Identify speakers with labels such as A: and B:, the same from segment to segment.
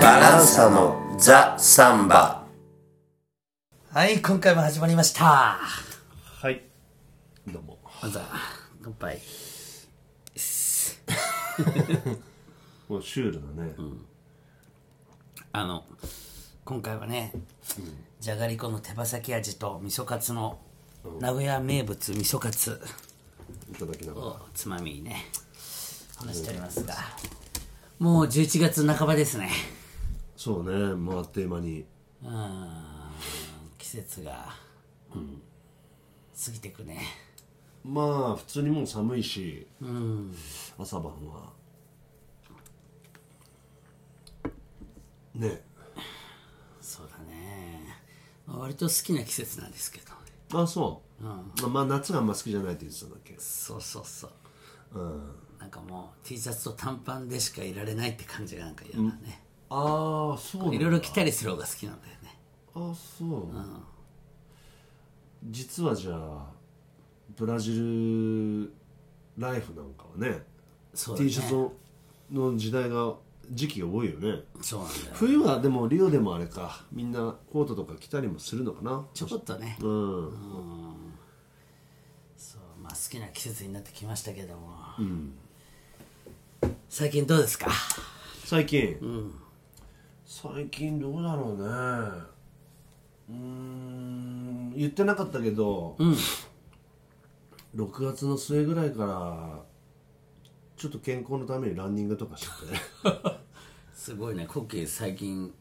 A: バランサのザ・サンバ
B: はい、今回も始まりました。
C: はい。どうも。
B: まずは、乾杯。
C: もうシュールだね。
B: あの、今回はね、じゃがりこの手羽先味と味噌カツの、名古屋名物味噌カツ
C: いただきながら。
B: をつまみにね、話しておりますが、もう11月半ばですね。
C: そうね、もうあっという間に。
B: うーん、季節が、過ぎてくね。
C: まあ、普通にもう寒いし、朝晩は。ね
B: そうだね。まあ割と好きな季節なんですけどね。
C: あ、そう。まあ、まあ夏があんま好きじゃないって言ってたんだっけ。
B: そうそうそう。
C: うん。
B: なんかもう T シャツと短パンでしかいられないって感じがなんか嫌だね、
C: ああ、そうなんだ
B: いろいろ着たりする方が好きなんだよね
C: あそう、実はじゃあブラジルライフなんかはね
B: そうだね
C: T シャツのの時代が時期が多いよね
B: そうなんだよ
C: 冬はでもリオでもあれかみんなコートとか着たりもするのかな
B: ちょこっとね、
C: うん、
B: そうまあ、好きな季節になってきましたけども、最近どうですか
C: 最近、最近どうだろうねうーん言ってなかったけど、6月の末ぐらいからちょっと健康のためにランニングとかして て
B: すごいねコッキー最近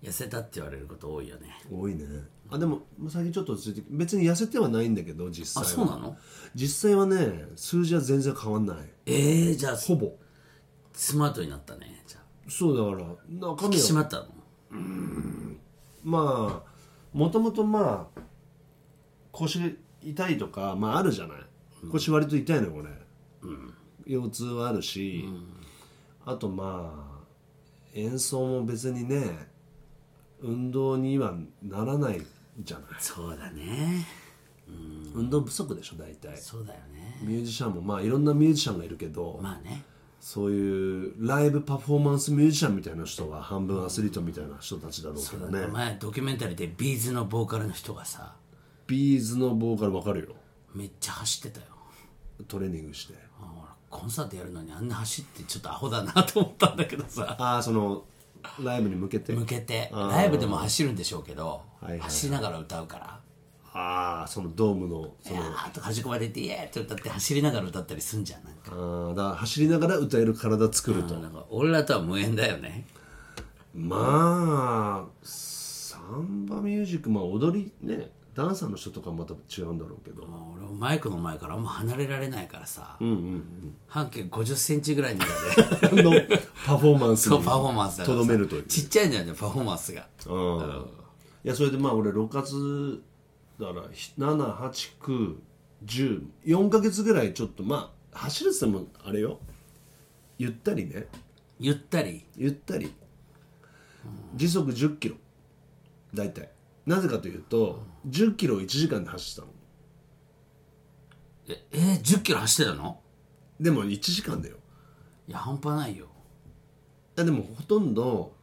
B: 痩せたって言われること多いよね
C: 多いねあでも最近ちょっと落ち着いて別に痩せてはないんだけど実際
B: あ
C: は
B: そうなの
C: 実際はね数字は全然変わんない
B: えー、じゃあ
C: ほぼ
B: スマートになったねじゃあ
C: そうだから中
B: 引き
C: 身は
B: 締まったの
C: まあもともとまあ腰が痛いとか、まあ、あるじゃない腰割と痛いのよこれ、腰痛はあるし、あとまあ演奏も別にね運動にはならないじゃない、
B: そうだね
C: 運動不足でしょ大体
B: そうだよね
C: ミュージシャンもまあいろんなミュージシャンがいるけど、
B: まあね
C: そういうライブパフォーマンスミュージシャンみたいな人は半分アスリートみたいな人たちだろうけどね、
B: 前ドキュメンタリーでビーズのボーカルの人がさ
C: ビーズのボーカルわかるよ
B: めっちゃ走ってたよ
C: トレーニングして
B: あ俺コンサートやるのにあんな走ってちょっとアホだなと思ったんだけどさ
C: ああそのライブに向けて
B: 向けてライブでも走るんでしょうけど、
C: いはいはい
B: 走りながら歌うから
C: ああそのドームの
B: 「
C: そ
B: いや
C: の
B: ー」と端っこまで「ディエー」って歌って走りながら歌ったりすんじゃんなんか
C: あーだから走りながら歌える体作ると
B: なんか俺らとは無縁だよね
C: まあサンバミュージックまあ踊りねダンサーの人とかはまた違うんだろうけど
B: もう俺もマイクの前からあんま離れられないからさ、半径5 0ンチぐらいに まで
C: のパフォーマンス
B: そ
C: に
B: うパフォーマンスだ
C: と
B: から
C: ど
B: さ
C: めるという
B: ちっちゃいんだよねパフォーマンスが
C: うんいやそれでまあ俺6月だから78910ヶ月ぐらいちょっとまあ走るって言ってもあれよゆったりね
B: ゆったり
C: ゆったり時速10キロ大体なぜかというと10キロを1時間で走ってたの
B: ええ1 0キロ走ってたの
C: でも1時間だよ
B: いや半端ないよ
C: いやでもほとんど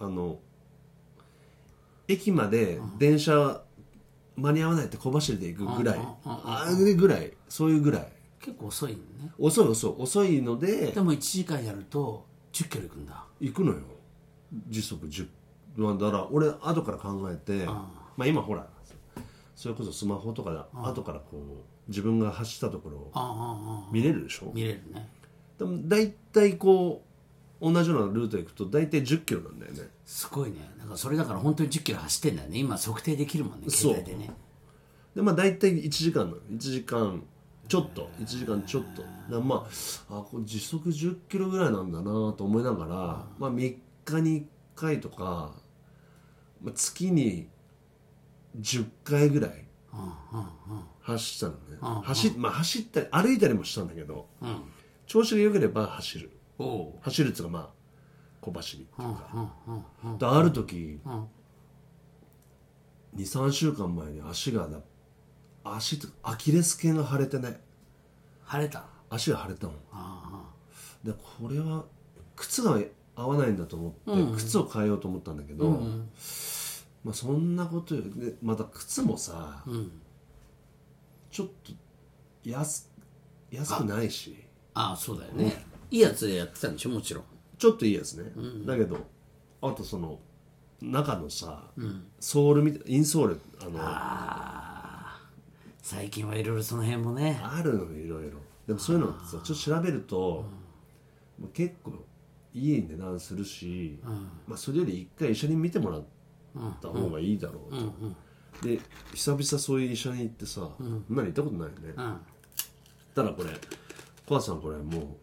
C: あの駅まで電車間に合わないって小走りで行くぐらい
B: うんうん
C: あれぐらいそういうぐらい
B: 結構遅いのね
C: 遅い遅い遅いので
B: でも1時間やると1 0キロいくんだ
C: 行くのよ時速10だから俺後から考えてまあ今ほらそれこそスマホとかで後からこう自分が走ったところを
B: ああああ
C: 見れるでしょ
B: 見れるね
C: でも大体こう同じようなルート行くと大体1 0キロなんだよね
B: すごいねだからそれだから本当に1 0キロ走ってんだよね今測定できるもんね
C: そう
B: 携帯でね
C: でまあ大体1時間なの1時間ちょっと1時間ちょっとだからまああこれ時速10キロぐらいなんだなと思いながら、まあ、3日に1回とか、まあ、月に10回ぐらい走ったのね、走まあ、走ったり歩いたりもしたんだけど、調子が良ければ走る
B: おお
C: 走るっていうかまあ小走りっていうか、である時、 23週間前に足がな足とアキレス腱が腫れてね
B: 晴れた
C: 足が腫れたのでこれは靴が合わないんだと思って、靴を変えようと思ったんだけど、まあ、そんなことよりでまた靴もさ、ちょっと安安くないし
B: ああそうだよね、いいやつでやってたんでしょもちろん
C: ちょっといいやつね、だけどあとその中のさ、ソールみたいインソールあの
B: 最近はいろいろその辺もね
C: あるのよいろいろでもそういうのってさちょっと調べると、もう結構いい値段するし、まあ、それより一回医者に見てもらった方がいいだろうと、で久々そういう医者に行ってさ、そんなに行ったことないよね、
B: ん
C: ただこれ「コアさんこれも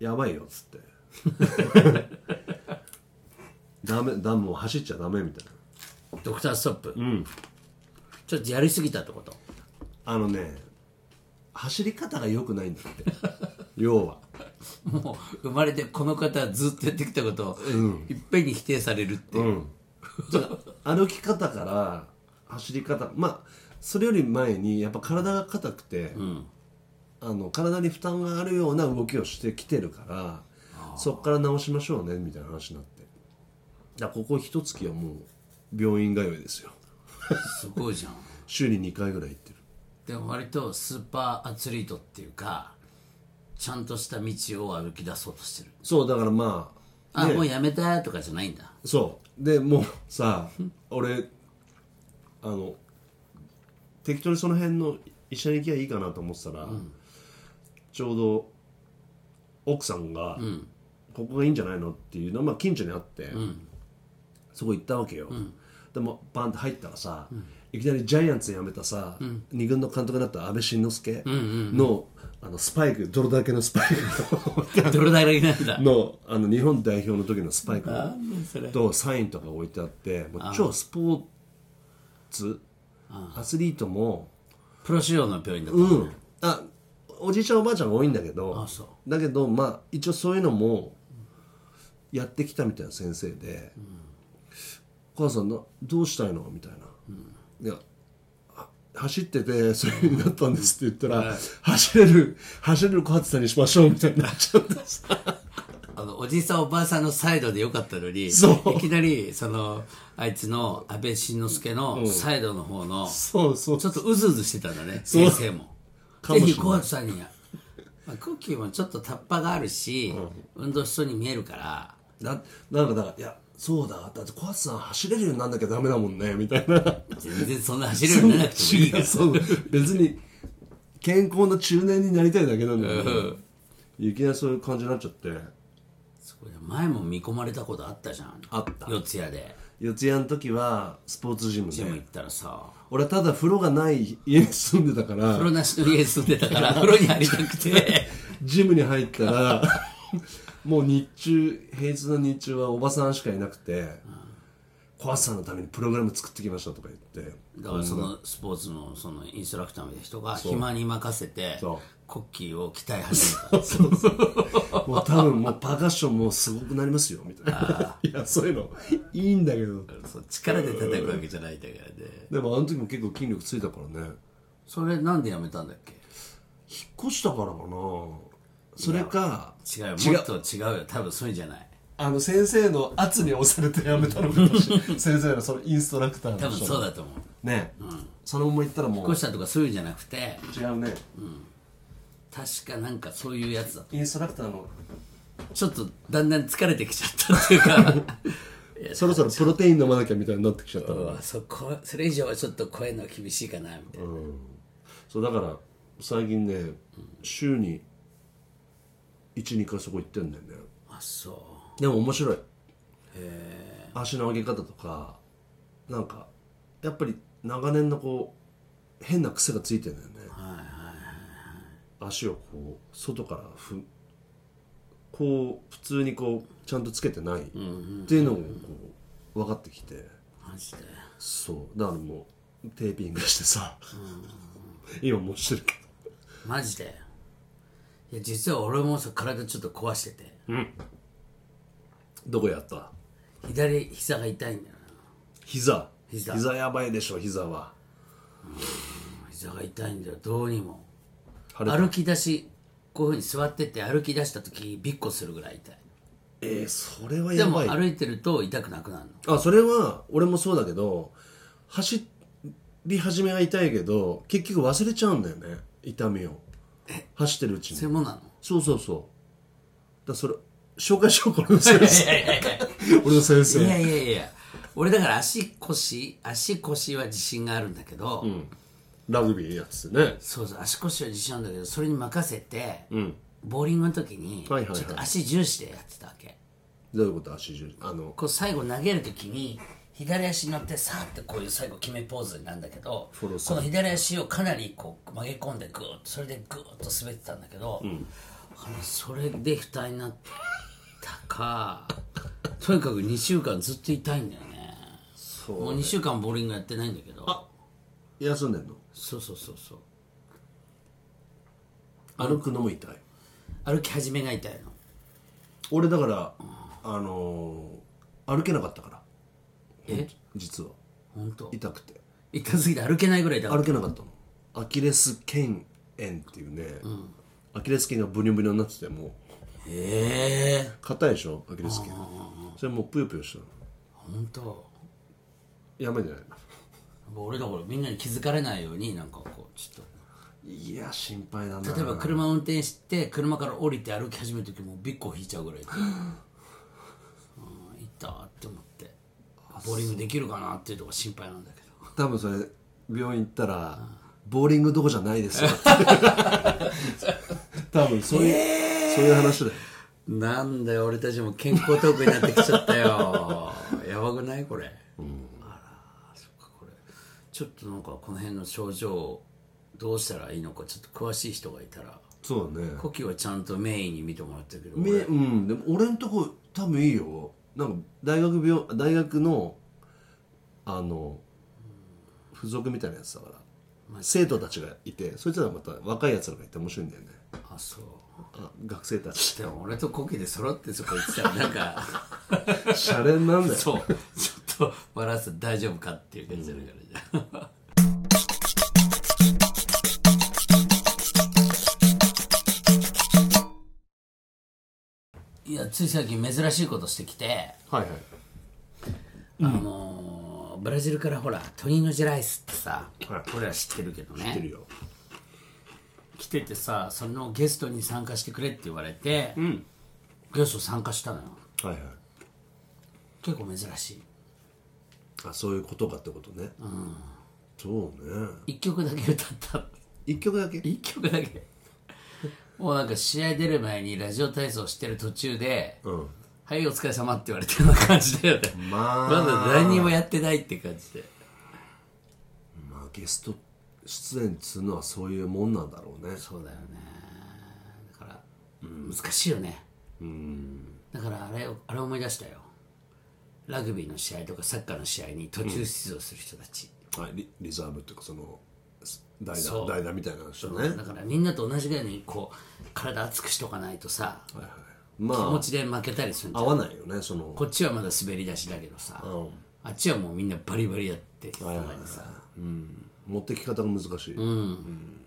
C: うやばいよ」っつって「 ダメダメもう走っちゃダメ」みたいな
B: ドクターストップ、ちょっとやりすぎたってこと
C: あのね走り方が良くないんだって要は
B: もう生まれてこの方はずっとやってきたことをいっぺんに否定されるっていう、
C: 歩き方から走り方まあそれより前にやっぱ体が硬くて、あの体に負担があるような動きをしてきてるからそっから直しましょうねみたいな話になってだからここ一月はもう病院通いですよ
B: すごいじゃん
C: 週に2回ぐらい行ってる
B: でも割とスーパーアスリートっていうかちゃんとした道を歩き出そうとしてる
C: そうだからまあ
B: あ、もうやめたとかじゃないんだ
C: そうでもうさ俺あの適当にその辺の医者に行きゃいいかなと思ってたら、ちょうど奥さんが、ここがいいんじゃないの?」っていうのまあ近所にあって、そこ行ったわけよ、でもバンって入ったらさ、いきなりジャイアンツ辞めたさ、二軍の監督になった安倍晋之助の,、あのスパイク泥だらけのスパイク
B: どれだけなんだ
C: の あの日本代表の時のスパイクの
B: なんだそれ
C: とサインとか置いてあってもう超スポーツアスリートも
B: プロ仕様の病院だと、
C: うんあおじいちゃんおばあちゃんが多いんだけど
B: そう
C: だけどまあ一応そういうのもやってきたみたいな先生で「お母さんなどうしたいの?」みたいな「いやは走っててそういう風になったんです」って言ったら「走れる走れる小畑さんにしましょう」みたいになっちゃってさ
B: あのおじいさんおばあさんのサイドでよかったのに
C: そう
B: きなりそのあいつの安倍晋之助のサイドの方の、
C: そうそう
B: ちょっとうずうずしてたんだね
C: そう
B: 先生も
C: かもしれない
B: ぜひ小松さんには、まあ、クッキーもちょっとタッパがあるし、運動しそうに見えるから
C: ななんかだからいやそうだだって小橋さん走れるようになんなきゃダメだもんねみたいな
B: 全然そんな走れるようにならなくてもいいから
C: そう別に健康な中年になりたいだけなんだけど、いきなりそういう感じになっちゃって
B: そこで前も見込まれたことあったじゃん
C: あった
B: 四ツ谷で
C: 四谷の時はスポーツジムで
B: ジム行ったらさ
C: 俺はただ風呂がない家に住んでたか
B: 風
C: ら
B: 呂なしの家住んでた から風呂に入りたくて
C: ジムに入った らもう日中平日の日中はおばさんしかいなくて「小橋さんのためにプログラム作ってきました」とか言って
B: だからそのスポーツのそのインストラクターみたいな人が暇に任せて
C: そう
B: コッキーを鍛え始めた
C: もう多分もうパーカッションもうすごくなりますよみたいな いやそういうのいいんだけど
B: そう力で叩くわけじゃないんだからね
C: でもあの時も結構筋力ついたからね
B: それなんでやめたんだっけ
C: 引っ越したからかなそれか
B: 違うよもっと違うよ多分そういうんじゃない
C: あの先生の圧に押されてやめたのかも しれない先生のそのインストラクターの
B: 多
C: 人
B: 分そうだと思う
C: ね、そのまま行ったらも
B: こ
C: う
B: うしたとかそういうんじゃなくて
C: 違うね、
B: 確かなんかそういうやつだ
C: インストラクターの
B: ちょっとだんだん疲れてきちゃったっていうかいや
C: そろそろプロテイン飲まなきゃみたいになってきちゃったから、
B: あそこそれ以上はちょっと声のは厳しいかなみたいな、
C: そうだから最近ね週に12回そこ行ってんだよね
B: あそ
C: でも面白い足の上げ方とかなんかやっぱり長年のこう変な癖がついてるんだよね、足をこう外からふこう普通にこうちゃんとつけてないっていうのをこう分かってきて
B: うマジで
C: そうだからもうテーピングしてさ今もうしてるけ
B: マジでいや実は俺もさ体ちょっと壊してて
C: どどこやった
B: 左膝が痛いんだよな
C: 膝
B: 膝膝
C: 膝やばいでしょ膝は
B: が痛いんだよどうにも
C: 腫れた
B: 歩き出しこういうふうに座ってて歩き出した時びっこするぐらい痛い
C: えー、それは
B: で
C: や
B: も
C: ばい
B: 歩いてると痛くなくなるの
C: あそれは俺もそうだけど走り始めは痛いけど結局忘れちゃうんだよね痛みを走ってるうち
B: そうい
C: に
B: うもんなの
C: そうそうそうだからそれ紹介しようこの先生俺の先
B: いや
C: 生
B: いやいや俺だから足腰足腰は自信があるんだけど、
C: ラグビーやつね
B: そうそう足腰は自信あるんだけどそれに任せて、
C: ん
B: ボーリングの時にちょ
C: はい
B: っ
C: はいはい
B: と足重視でやってたわけ、
C: どういうこと足中あの
B: こう最後投げる時に左足に乗ってさーってこういう最後決めポーズになるんだけど
C: フ
B: こ
C: ォローする
B: の左足をかなりこう曲げ込んでグーッとそれでグーッと滑ってたんだけど、あのそれで負担になったかとにかく2週間ずっと痛いんだよね
C: そう
B: もう2週間ボーリングやってないんだけど
C: 休んでんの
B: そうそうそうそう
C: 歩くのも痛い
B: 歩き始めが痛いの
C: 俺だからあのー歩けなかったから
B: え
C: 実は
B: 本当
C: 痛くて
B: 痛すぎて歩けないぐらいだ
C: 歩けなかったのアキレス腱炎っていうね、アキレス腱がブニョブニョになっててもう
B: ええ
C: 硬いでしょアキレス腱それもうぷよぷよしたの
B: 本当
C: やばいんじゃない
B: 俺だからみんなに気づかれないようになんかこうちょっ
C: のいや心配だな
B: と例えば車運転して車から降りて歩き始める時もうビッコ引いちゃうぐらいでうんいったって思ってボーリングできるかなっていうとこ心配なんだけど
C: 多分それ病院行ったらボーリングどこじゃないです よ多分そういう、そういう話だよ
B: なんだよ俺たちも健康トークになってきちゃったよ やばくないこれ、あらそっかこれちょっとなんかこの辺の症状をどうしたらいいのかちょっと詳しい人がいたら
C: そうだね
B: 呼吸はちゃんと名医に見てもらってるけど
C: めうんでも俺んとこ多分いいよなんか大学病大学のあの付属みたいなやつだから生徒たちがいてそいつらまた若いやつらがいて面白いんだよね
B: あそう
C: あ学生たち
B: でも俺とコキで揃ってそこ行ってたらなんか
C: シャレになんだ よ
B: そうちょっと笑わせて大丈夫かっていう感じだからじゃあいやつい最近珍しいことしてきて、
C: はいはい
B: あのーブラジルからほらトニーノジェライスってさ、
C: はい
B: 俺ら知ってるけどね
C: 知ってるよ
B: 来ててさそのゲストに参加してくれって言われて、ゲスト参加したのよ
C: はいはい
B: 結構珍し
C: あそういうことかってことねうんそうね
B: い1曲だけ歌った
C: 一曲だけ
B: 1曲だけもうなんか試合出る前にラジオ体操してる途中で「
C: うん
B: はいお疲れ様って言われてるような感じだよね、
C: まあ
B: まだ何にもやってないって感じで
C: まあゲスト出演っつうのはそういうもんなんだろうね
B: そうだよねだから、難しいよねだからあれをあれ思い出したよラグビーの試合とかサッカーの試合に途中出場する人たち、
C: はい、リリザーブっていうかそのす代
B: そ
C: 打
B: う
C: 代打みたいな人ね
B: だからみんなと同じぐらいにこう体熱くしとかないとさ
C: ま
B: 気持
C: あ
B: ちで負けたりするんじゃ
C: 合
B: ん
C: わないよねその
B: こっちはまだ滑り出しだけどさ、
C: ん
B: あっちはもうみんなバリバリやってたのにさ、
C: 持ってき方が難しい、うん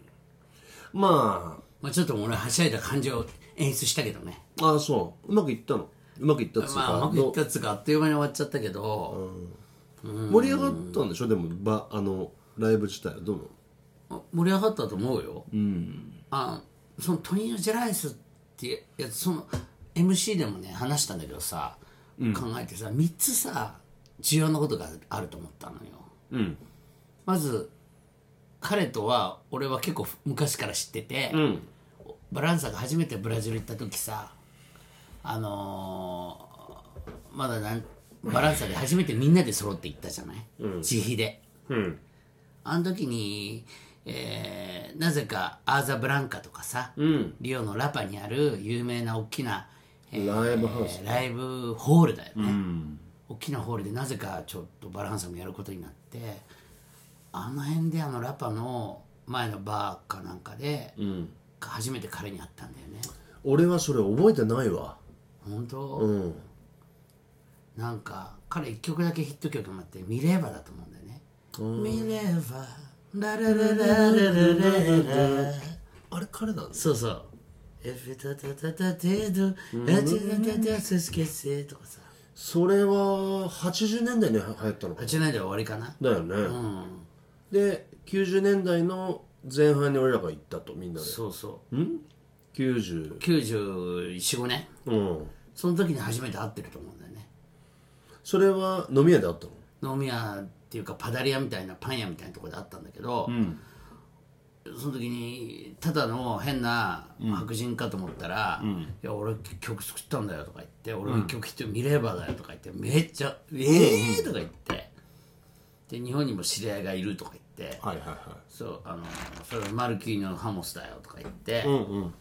C: ま
B: まあ、ちょっと俺はしゃいだ感じを演出したけどね
C: あああそううまくいったのうまくいったっつうか、
B: まあうまくいったっつうかあっという間に終わっちゃったけど、
C: 盛り上がったんでしょでもばあのライブ自体はどうなの
B: あ盛り上がったと思うよ、あそのトニー・ジェライスってやつその MC でもね話したんだけどさ、考えてさ3つさ重要なことがあると思ったのよ、まず彼とは俺は結構昔から知ってて、バランサが初めてブラジル行った時さあのーまだなんバランサで初めてみんなで揃って行ったじゃない、自費で、あの時に、えーなぜかアーザブランカとかさ、リオのラパにある有名な大きな、えー
C: ライブハウ
B: ライブホールだよね、大きなホールでなぜかちょっとバランサもやることになってあの辺であのラパの前のバーかなんかで、初めて彼に会ったんだよね
C: 俺はそれ覚えてないわ
B: 本当、
C: うん
B: なんか彼1曲だけヒット曲もあって「ミレーバ」だと思うんだよね「ミレーバ」ララララララララ
C: あれ彼なんです
B: そうそう「エフェタタタタテドラチタタタススケセ」とかさ
C: それは80年代に流行ったのか
B: 8年で終わりかな
C: だよね、で90年代の前半に俺らが行ったとみんなで
B: そうそうん
C: 90
B: 945年
C: うん
B: その時に初めて会ってると思うんだよね
C: それは飲み屋であったの
B: 飲み屋っていうかパダリアみたいなパン屋みたいなところであったんだけど、その時にただの変な白人かと思ったら「いや俺曲作ったんだよ」とか言って「俺の曲ってミレーバーだよ」とか言って「めっちゃええー!」とか言ってで日本にも知り合いがいるとか言って
C: はいはいは
B: そうあのそれはマルキーニョのハモスだよとか言って、
C: いうんうん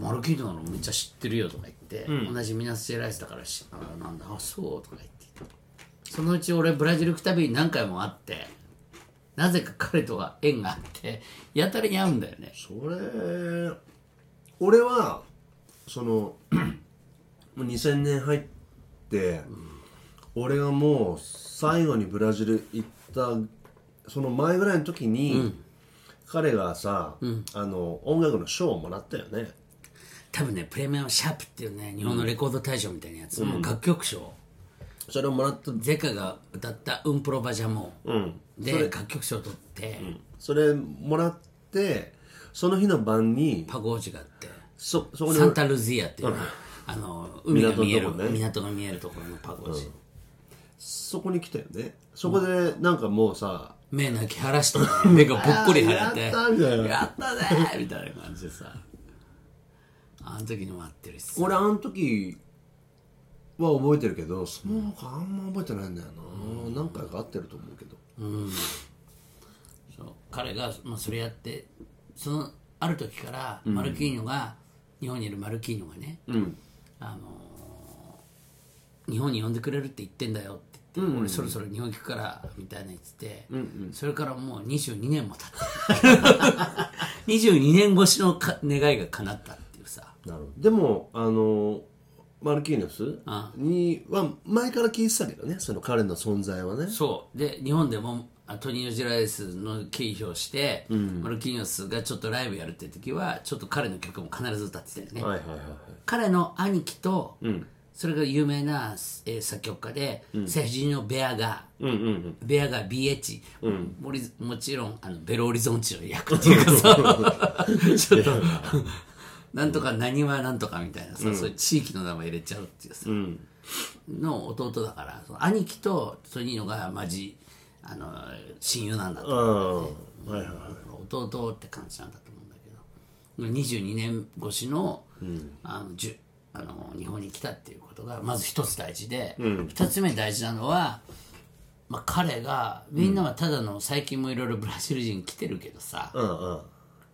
B: マルキーニョのめっちゃ知ってるよとか言って、同じミナスジェライスだからしあなんだあそうとか言ってそのうち俺ブラジル行くたびに何回も会ってなぜか彼とは縁があってやたらに会うんだよね
C: それ俺はその もう2000年入って、俺がもう最後にブラジル行ったその前ぐらいの時に、彼がさ、あの音楽の賞をもらったよね
B: 多分ねプレミアムシャープっていうね日本のレコード大賞みたいなやつ、もう楽曲賞
C: それをもらった
B: ゼカが歌った「ウンプロバジャモー」
C: うん
B: で
C: それ
B: 楽曲賞を取って、
C: それもらってその日の晩に
B: パゴージュがあって
C: そそこに
B: サンタルジアっていうね、あの海が見える
C: 港の
B: 港,、
C: とこね
B: が見えるところのパゴージュ、
C: そこに来たよねそこでなんかもうさ、
B: 目泣き晴らしてね目がぽっこり腫れて
C: やったみたいな
B: やったぜーみたいな感じでさあの時にも会ってるしさ
C: 俺あの時は覚えてるけどその他あんま覚えてないんだよな、何回か会ってると思うけど、
B: そう彼が、まあ、それやってそのある時からマルキーニョが、日本にいるマルキーニョがね、あのー日本に呼んでくれるって言ってんだよって言って、俺そろそろ日本行くからみたいな言ってて、それからもう22年も経 って22年越しのか願いが叶ったっていうさ
C: なるほどでもあのマルキーニョスには前から聞いてたけどねその彼の存在はね
B: そうで日本でもあトニオ・ジェライスの経費をして、マルキーニョスがちょっとライブやるって時はちょっと彼の曲も必ず歌ってたよね、
C: はいはいはいはい
B: 彼の兄貴と、それが有名な、えー作曲家で、セフジーニョ・ベアガー、ベアガー BH、もりもちろんあのベロ・オリゾンチの役っていうか さちょっとなんとか何はなんとかみたいなさ、そういう地域の名前入れちゃうっていうさ、の弟だからその兄貴とトニーノがマジあの親友なんだと、
C: うんはいはいはい
B: 弟って感じなんだと思うんだけど22年越しの,、あのじゅあの日本に来たっていうことがまず一つ大事で、二つ目大事なのは、まあ、彼がみんなはただの、最近もいろいろブラジル人来てるけどさ、
C: うんうん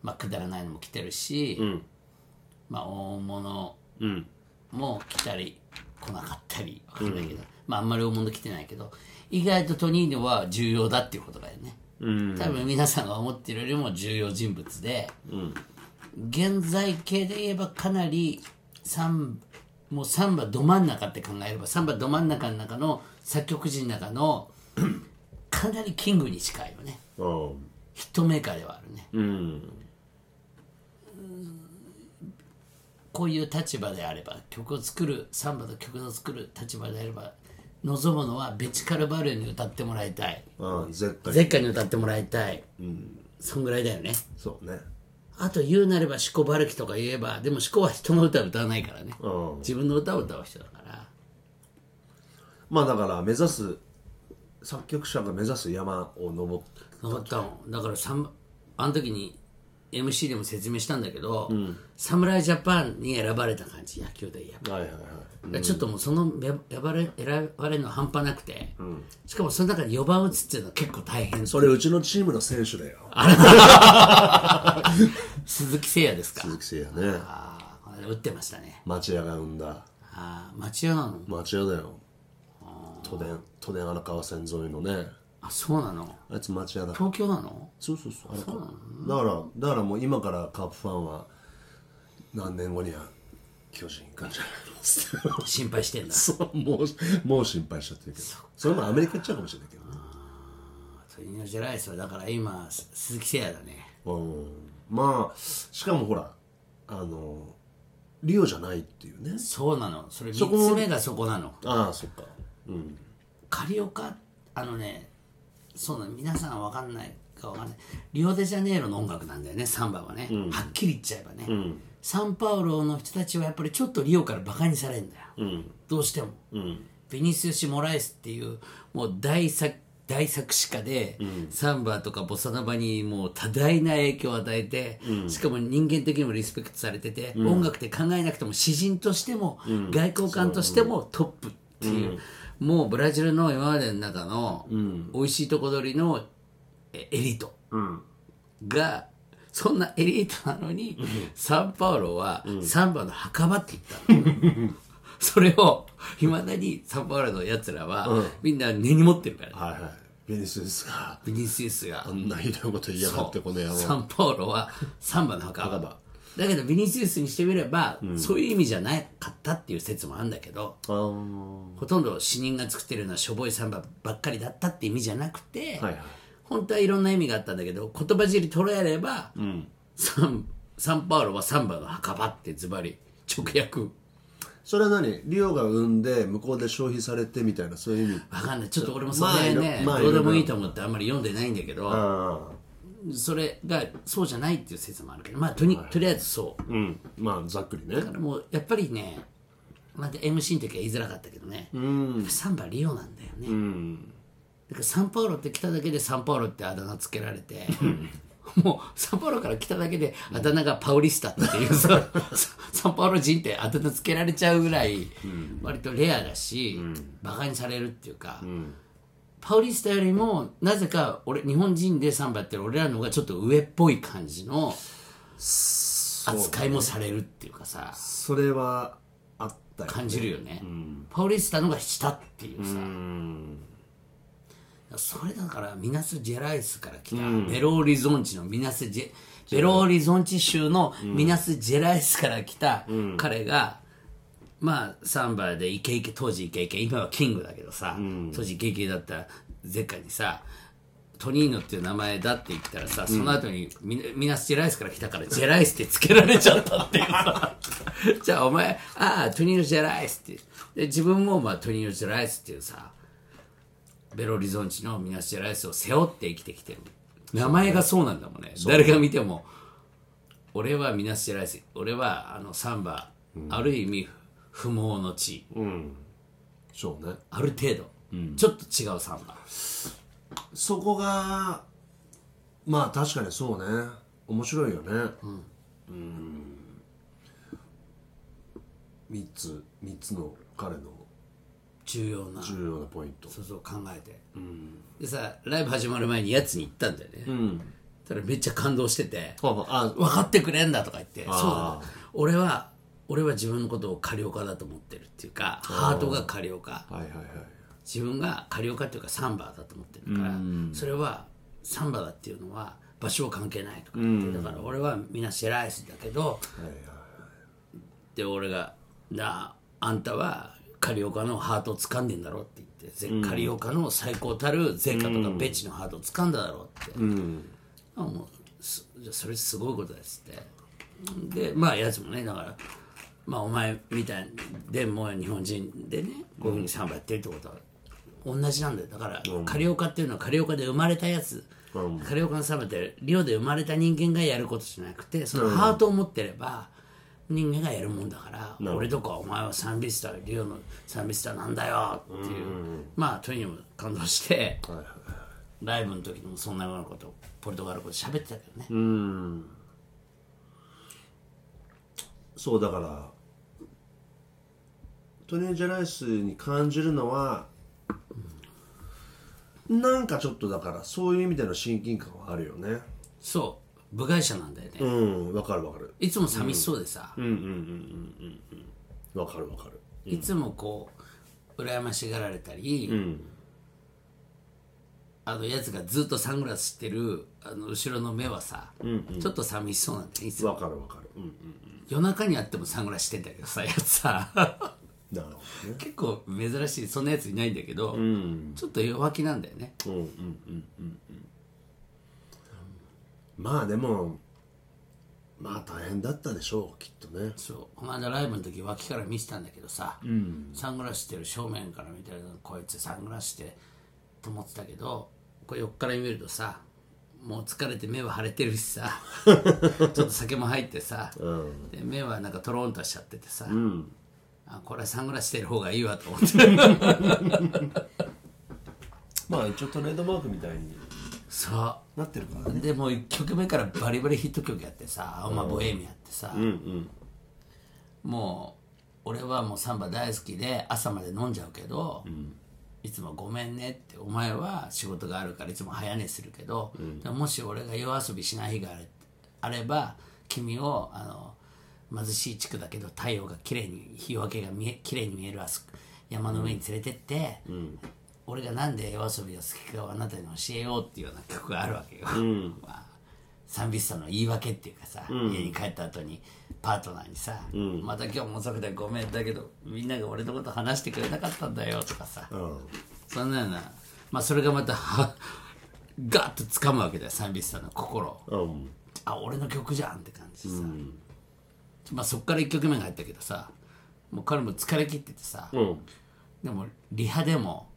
B: まあ、くだらないのも来てるし、まあ、大物も来たり来なかったりわかんないけど、まあ、あんまり大物来てないけど意外とトニーノは重要だっていうことだよね、多分皆さんが思ってるよりも重要人物で、現在形で言えばかなりサンもうサンバど真ん中って考えればサンバど真ん中の中の作曲人の中 のかなりキングに近いよね
C: うん
B: ヒットメーカーではあるね
C: うん
B: こういう立場であれば曲を作るサンバと曲を作る立場であれば望むのはベチカルバルーに歌ってもらいたい
C: うん絶対
B: ゼッカに歌ってもらいたい、そんぐらいだよね
C: そうね
B: あと言うなればシコバルキとか言えばでもシコは人の歌は歌わないからね
C: うん
B: 自分の歌を歌う人だから
C: まあだから目指す作曲者が目指す山を登って
B: 登ったもんだからサムあの時に MC でも説明したんだけど、侍ジャパンに選ばれた感じ野球で言えば
C: はいはいはい
B: ちょっともうその選選ばれ選ばれるの半端なくて、しかもその中で4番打つっていうのは結構大変
C: それうちのチームの選手だよ
B: 鈴木誠也ですか
C: 鈴木誠也ね
B: ああ打ってましたね
C: 町屋が生んだ
B: ああ町屋なの
C: 町屋だよ都電都電荒川線沿いのね
B: あそうなの
C: あいつ町屋だ
B: 東京なの
C: そうそうそう荒川だからだからもう今からカープファンは何年後には巨人行くんじゃないのつって
B: 心配してんだ
C: そうもうもう心配しちゃってるけどそれもアメリカ行っちゃうかもしれないけどね
B: トニーノ・ジェライスはだから今す鈴木誠也だね
C: うんまあしかもほらあのリオじゃないっていうね
B: そうなのそれ
C: そこ
B: 3つ目がそこなの
C: ああそっか
B: カリオカあのねそうなの皆さんわかんないかわかんないリオデジャネイロの音楽なんだよねサンバはね、はっきり言っちゃえばね、サンパウロの人たちはやっぱりちょっとリオからバカにされるんだよ、どうしても、ベニスヨシ・モラエスっていうもう大作大作詞家で、サンバとかボサノバにもう多大な影響を与えて、しかも人間的にもリスペクトされてて、音楽って考えなくても詩人としても、外交官としてもトップっていう、もうブラジルの今までの中の美味しいとこ取りのえエリートが、そんなエリートなのに、サンパウロはサンバの墓場って言ったの。それを、いまだにサンパウロの奴らは、みんな根に持ってるから、ね。
C: はいはいベニスですが
B: ビニシウスが
C: あ。んなひどいこと言いやがってこの野
B: サ
C: 郎
B: ンパウロはサンバの墓場。
C: 墓場
B: だけど、ビニシウスにしてみれば、そういう意味じゃなかったっていう説もあるんだけど、
C: あー
B: ほとんど死人が作ってるようなしょぼいサンバばっかりだったって意味じゃなくて、
C: はいはい
B: 本当はいろんな意味があったんだけど言葉尻捉えれば、サンサンパウロはサンバの墓場ってズバリ直訳わ
C: それは何リオが生んで向こうで消費されてみたいなそういう意味
B: かんないちょっと俺もそれね、
C: まあい
B: どう
C: ろい
B: で
C: ろ
B: もいいと思ってあんまり読んでないんだけど、
C: あ
B: それがそうじゃないっていう説もあるけどまあとにとりあえずそう
C: あうんまあざっくりね
B: だからもうやっぱりね、まあ、で MC の時は言いづらかったけどね、やっぱサンバリオなんだよね、だからサンパウロって来ただけでサンパウロってあだ名つけられて もうサンパウロから来ただけであだ名がパウリスタっていうさサンパウロ人ってあだ名つけられちゃうぐらい割とレアだし、バカにされるっていうか、パウリスタよりもなぜか俺日本人でサンバやってる俺らの方がちょっと上っぽい感じの扱いもされるっていうかさ
C: それはあったよ
B: 感じるよね、パウリスタのが下っていうさ、それだからミナス・ジェライスから来た、ベローリゾンチのミナスジェ・ベローリゾンチ州のミナス・ジェライスから来た彼が、まあサンバでイケイケ当時イケイケ今はキングだけどさ、当時イケイケだったゼッカにさトニーノっていう名前だって言ったらさ、その後にミミナス・ジェライスから来たからジェライスってつけられちゃったっていう さじゃあお前ああトニーノ・ジェライスってで自分もまあトニーノ・ジェライスっていうさベロリゾンチのミナス・ジェライスを背負って生きてきてる名前がそうなんだもんね誰が見ても俺はミナス・ジェライス俺はあのサンバ、ある意味不毛の地、
C: そうね
B: ある程度、ちょっと違うサンバ
C: そこがまあ確かにそうね面白いよねうん3つ3つの彼の
B: 重要な
C: 重要なポイント
B: そうそう考えて、でさライブ始まる前にやつに行ったんだよね、たらめっちゃ感動してて
C: あ
B: 分かってくれんだとか言ってそう
C: あ
B: な
C: ー
B: んだ俺は俺は自分のことをカリオカだと思ってるっていうかハートがカリオカ
C: あはいはいはい
B: 自分がカリオカっていうかサンバだと思ってるから、それはサンバだっていうのは場所は関係ないとか言って、だから俺はみんなシェライスだけど、で俺が「なああんたはカリオカのハートを掴んでんだろ」って言って、ぜカリオカの最高たるゼカとかベチのハートを掴んだだろうって、あもうすじゃあそれすごいことですってでまあやつもねだからまあお前みたいでもう日本人でねこういうふうにサンバやってるってことは同じなんだよだから、カリオカっていうのはカリオカで生まれたやつ、カリオカのサンバってリオで生まれた人間がやることじゃなくてそのハートを持ってれば人間がやるもんだから、俺とかお前はサンビスターリオのサンビスターなんだよっていう、まあとにかく感動して。ライブの時にもそんなようなことポルトガル語で喋ってたけどね、
C: そうだからトニー・ジェライスに感じるのはなんかちょっとだからそういう意味での親近感はあるよね
B: そう部外者なんだよね、
C: うんわかるわかる
B: いつも寂しそうでさ、
C: わかるわかる
B: いつもこう羨ましがられたり、あのやつがずっとサングラスしてるあの後ろの目はさ、ちょっと寂しそうなんだよいつも
C: わかるわかるうんうん
B: 夜中にあってもサングラスしてんだけどさやつさ
C: なるほどね
B: 結構珍しいそんなやついないんだけど、ちょっと弱気なんだよね
C: うんうんうんうんうんまあでもまあ大変だったでしょうきっとね
B: そうこの間ライブの時脇から見せたんだけどさ、サングラスしてる正面から見たらこいつサングラスしてと思ってたけどこれ横から見るとさもう疲れて目は腫れてるし さちょっと酒も入ってさ、で目はなんかトロンとしちゃっててさ、あこれはサングラスしてる方がいいわと思って
C: まあ一応トレードマークみたいに
B: そう
C: なってるから
B: でもう1曲目からバリバリヒット曲やってさ「青間ボエミア」ってさ、もう俺はもうサンバ大好きで朝まで飲んじゃうけど、いつも「ごめんね」って「お前は仕事があるからいつも早寝するけど、でももし俺が夜遊びしない日があれあれば君をあの貧しい地区だけど太陽が綺麗に日よけが見え綺麗に見えるあそこ山の上に連れてって、俺がなんで夜遊びが好きかをあなたに教えようっていうような曲があるわけよ、 まあサンビスタの言い訳っていうかさ、家に帰った後にパートナーにさ、また今日も遅くてごめんだけどみんなが俺のこと話してくれなかったんだよ」とかさ、そんなようなまあそれがまた はガッと掴むわけだよサンビスタの心を
C: うん
B: あ俺の曲じゃんって感じでさ、まあそっから1曲目が入ったけどさもう彼も疲れ切っててさ、
C: うん
B: でもリハでも、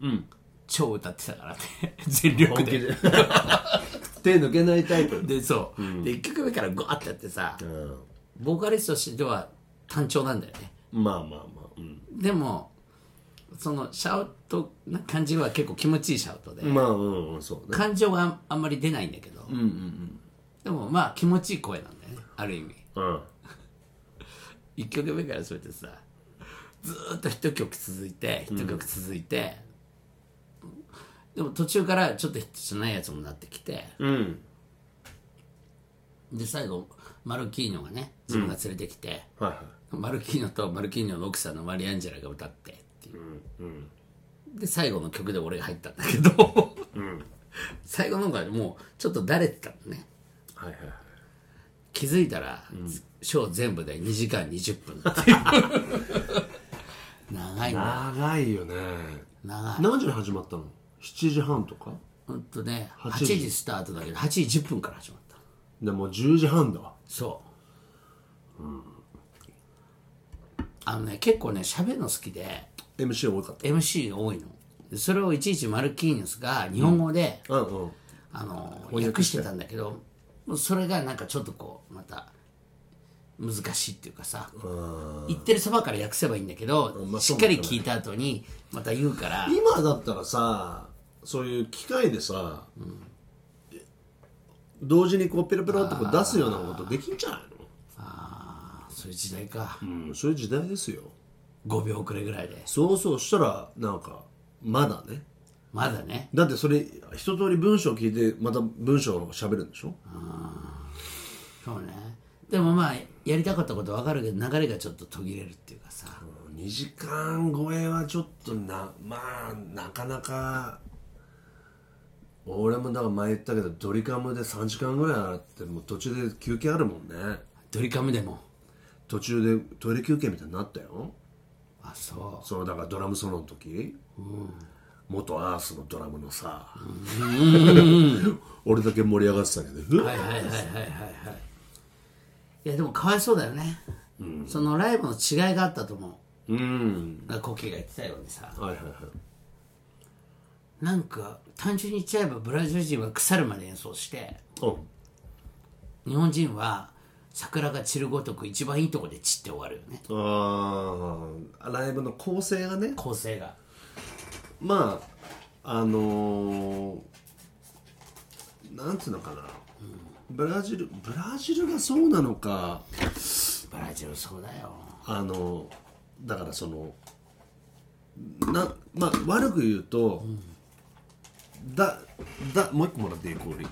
B: 超歌ってたからね 全力で
C: 手抜けないタイプ
B: でそう、で1曲目からゴーってやってさ、ボーカリストとしては単調なんだよね
C: まあまあまあうん
B: でもそのシャウトな感じは結構気持ちいいシャウトで、
C: まあうんうんそうね
B: 感情があんあんまり出ないんだけど、でもまあ気持ちいい声なんだよねある意味
C: うん
B: 1曲目からそれでさずーっと1曲続いて1曲続いて、でも途中からちょっとヒットしないやつもなってきて
C: うん
B: で最後マルキーノがね自分が連れてきて、
C: はいはい
B: マルキーノとマルキーノの奥さんのマリアンジェラが歌ってっていう、で最後の曲で俺が入ったんだけど、最後の方がもうちょっとだれてたのね
C: はいはいはい
B: 気づいたら、ショー全部で2時間20分っていう長いな
C: 長いよね
B: 長い
C: 何時に始まったの7時半とか
B: ほんとね
C: 8
B: 8
C: 時
B: 時スタートだけど8時10分から始まった
C: でもう10時半だわ
B: そう、あのね結構ね喋るの好きで
C: MC 多かっ
B: MC が多いのでそれをいちいちマルキーニョスが日本語で、
C: たうんうん
B: あの訳してたんだけどもうそれがなんかちょっとこうまた難しいっていうかさ言ってるそばから訳せばいいんだけど、
C: んまあ
B: しっかり聞いた後にまた言うから
C: 今だったらさそういう機械でさ、同時にこうペロペロってこう出すようなことできんじゃない
B: あーそういう時代か、
C: の、うん、そういう時代ですよ
B: 5秒遅れぐらいで
C: そうそうしたらなんかまだね
B: まだね
C: だってそれ一通り文章聞いてまた文章を喋るんでしょ
B: そうねでもまあやりたかったこと分かるけど流れがちょっと途切れるっていうかさ、
C: 2時間超えはちょっとなまあなかなか俺もだから前言ったけどドリカムで3時間ぐらいあってもう途中で休憩あるもんね
B: ドリカムでも
C: 途中でトイレ休憩みたいになったよ
B: あそ
C: そのだからドラムソロの時、元アースのドラムのさ、 俺だけ盛り上がってたけ
B: う
C: ど、
B: はいはいはいはいはいはいいやでもかわいそうだよね、そのライブの違いがあったと思う
C: うん
B: なんかコッキーが言ってたようにさ
C: はいはいはい
B: なんか単純に言っちゃえばブラジル人は腐るまで演奏して
C: うん
B: 日本人は桜が散るごとく一番いいとこで散って終わるよね
C: あーライブの構成がね
B: 構成が
C: まああのーなんていうのかな、ブラジルブラジルがそうなのか
B: ブラジルそうだよ
C: あのだからそのなまあ悪く言うと、だだもう一個もらっていい 氷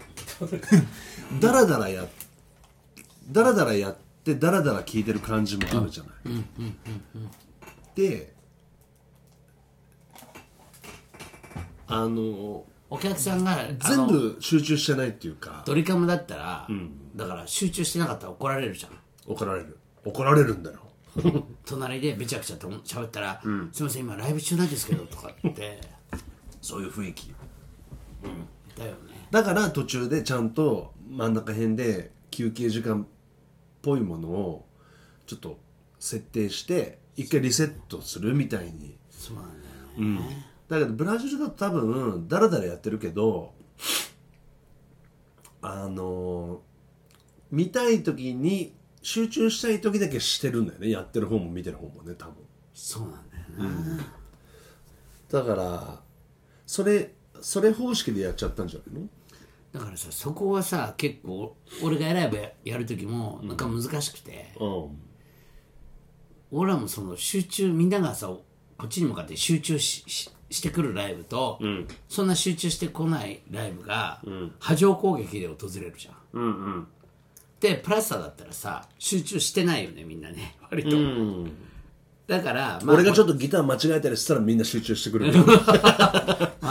C: だらだらやだらだらやってだらだら聞いてる感じもあるじゃない、であの
B: お客さんがあ
C: 全
B: の
C: 部集中してないっていうか
B: ドリカムだったら、だから集中してなかったら怒られるじゃん
C: 怒られる怒られるんだよ
B: 隣でべちゃくちゃと喋ったら「すいません今ライブ中なんですけど」とかって
C: そういう雰囲気
B: だよね
C: だから途中でちゃんと真ん中辺で休憩時間っぽいものをちょっと設定して一回リセットするみたいに
B: そうなんだよね、
C: だけどブラジルだと多分ダラダラやってるけどあの見たい時に集中したい時だけしてるんだよねやってる方も見てる方もね多分
B: そうなんだよね、
C: だからそれそれ方式でやっちゃったんじゃないの
B: だからさそこはさ結構俺が選べやる時もなんか難しくて、
C: うん
B: 俺らもその集中みんながさこっちに向かって集中しししてくるライブと、そんな集中してこないライブが、波状攻撃で訪れるじゃん。でプラスターだったらさ集中してないよねみんなね割と。だから、まあ
C: 俺がちょっとギター間違えたりしたらみんな集中してくる
B: 間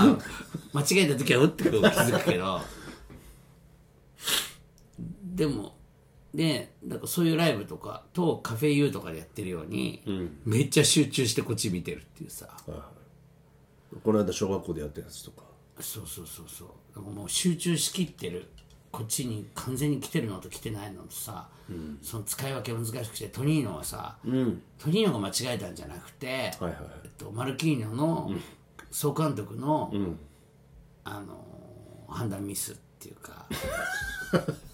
B: 違えた時は打ってくる気づくけどでもねなんかそういうライブとかとカフェ U とかでやってるように、めっちゃ集中してこっち見てるっていうさ
C: この間小学校でやったやつとか
B: そうそうそうそうだからもう集中しきってるこっちに完全に来てるのと来てないのとさ、その使い分け難しくてトニーノはさ、トニーノが間違えたんじゃなくて、
C: はいはい
B: えっと、マルキーニョの総監督の、あのー判断ミスっていうか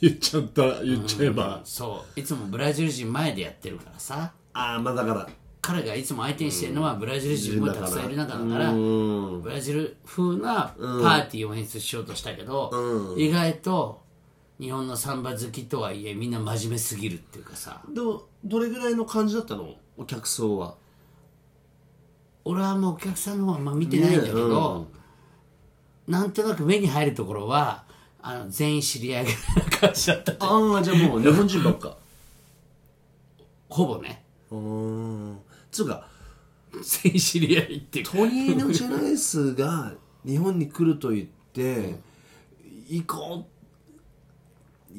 C: 言っちゃった言っちゃえば、
B: そういつもブラジル人前でやってるからさ
C: ああまあだから
B: 彼がいつも相手にしてるのはブラジル人もたくさんいる中だから、ブラジル風なパーティーを演出しようとしたけど、意外と日本のサンバ好きとはいえみんな真面目すぎるっていうかさ
C: どどれぐらいの感じだったのお客層は
B: 俺はもうお客さんの方はあんま見てないんだけど、なんとなく目に入るところはあの全員知り合いぐらいな感じだった
C: ああじゃあもう日本人ばっ か
B: ほぼね
C: うーんつうか
B: 全員知り合いっていうか
C: トニーノ・ジェライスが日本に来ると言って行こ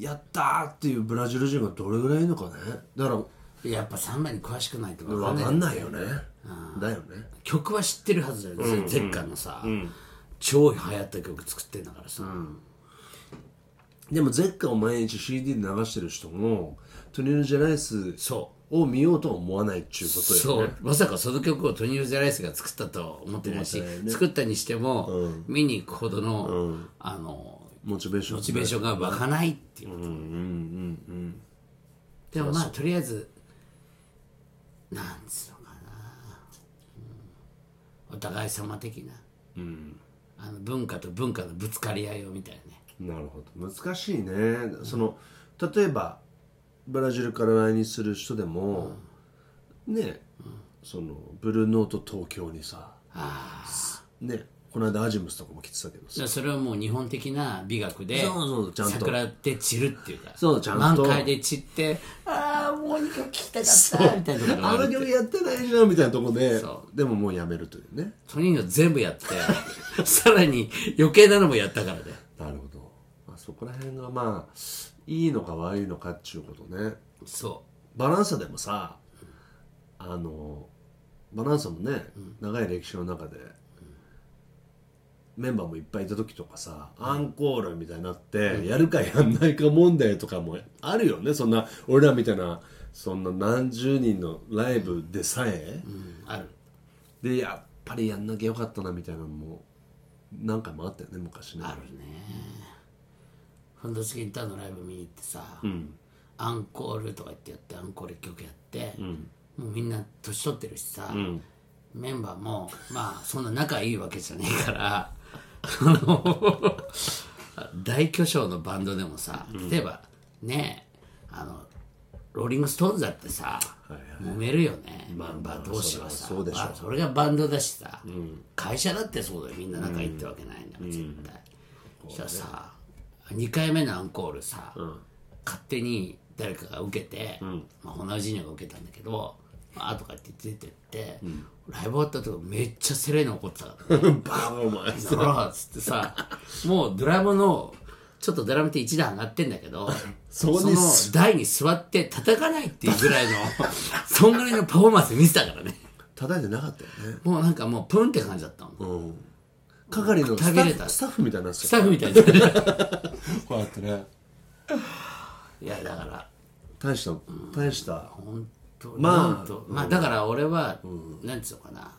C: うやったーっていうブラジル人がどれぐらいいるのかねだから
B: やっぱサンバに詳しくないと分かん
C: 分
B: ない
C: かんないよねだよね
B: 曲は知ってるはずだよね、ゼッカンのさ、超流行った曲作ってんだからさ、
C: でもゼッカを毎日 CD で流してる人もトニーノ・ジェライス
B: そ
C: を見ようとは思わないっちゅうこ
B: う
C: とよ
B: そ
C: ね
B: うまさかその曲をトニー・ゼライスが作ったとは思ってないし、
C: 思ってないね
B: 作ったにしても、見に行くほどの、あの
C: モチベーション
B: モチベーションが湧かないっていうこと、でもまあとりあえずなんつうのかな、うんお互い様的な、あの文化と文化のぶつかり合いをみたいなね
C: なるほど難しいねその例えばブラジルから来日する人でも、ね、そのブルーノート東京にさねこの間アジムスとかも来てたけど
B: だか
C: さ
B: らそれはもう日本的な美学で
C: そうそうちゃんと
B: 桜で散るっていうか
C: そうちゃんと
B: 満開で散ってああもう一曲聴きたかったみたいなところが
C: あ
B: あ
C: の
B: る
C: 曲やってないじゃんみたいなとこで
B: そ
C: でももうやめるというね
B: とにかく全部やってさらに余計なのもやったからね
C: なるほど、まあ、そこら辺がまあいいのか悪いのかっちゅうことね
B: そ
C: バランサでもさあのバランサもね、長い歴史の中で、メンバーもいっぱいいた時とかさ、アンコールみたいになって、やるかやんないか問題とかもあるよねそんな俺らみたいなそんな何十人のライブでさえ、
B: う、うん、ある
C: でやっぱりやんなきゃよかったなみたいなのも何回もあったよね昔ね
B: あるねフンドスキンターンのライブ見に行ってさ、アンコールとか言ってやってアンコール一曲やって、もうみんな年取ってるしさ、メンバーもまあそんな仲いいわけじゃねえからあの 大巨匠のバンドでもさ例えばねあのローリング・ストーンズだってさ、揉めるよね、メンバー同士はさ
C: そうだそうでしょ
B: まあそれがバンドだしさ、会社だってそうだよみんな仲いいってわけないんだから、絶対、そしたらさ2回目のアンコールさ、勝手に誰かが受けて、まあ、同じには受けたんだけどあとかって出てって、ライブ終わったとこめっちゃセレーナ怒ってたから
C: バカお前
B: だからつってさもうドラムのちょっとドラムって一段上がってんだけど
C: そこ
B: そ
C: に
B: の台に座って叩かないっていうぐらいの そんぐらいのパフォーマンス見せたからね
C: 叩いてなかったよね
B: もうなんかもうプンって感じだったもん
C: うん係のスタ
B: くたびれ
C: ッ
B: た
C: フスタッフみたいになっ
B: ス
C: ち
B: タ
C: ゃ
B: ッ
C: っ
B: フみ たいない
C: たこうやってね
B: やだから
C: 大した大した
B: 本当
C: まあ
B: まあ、まあだから俺は、なんつうのかな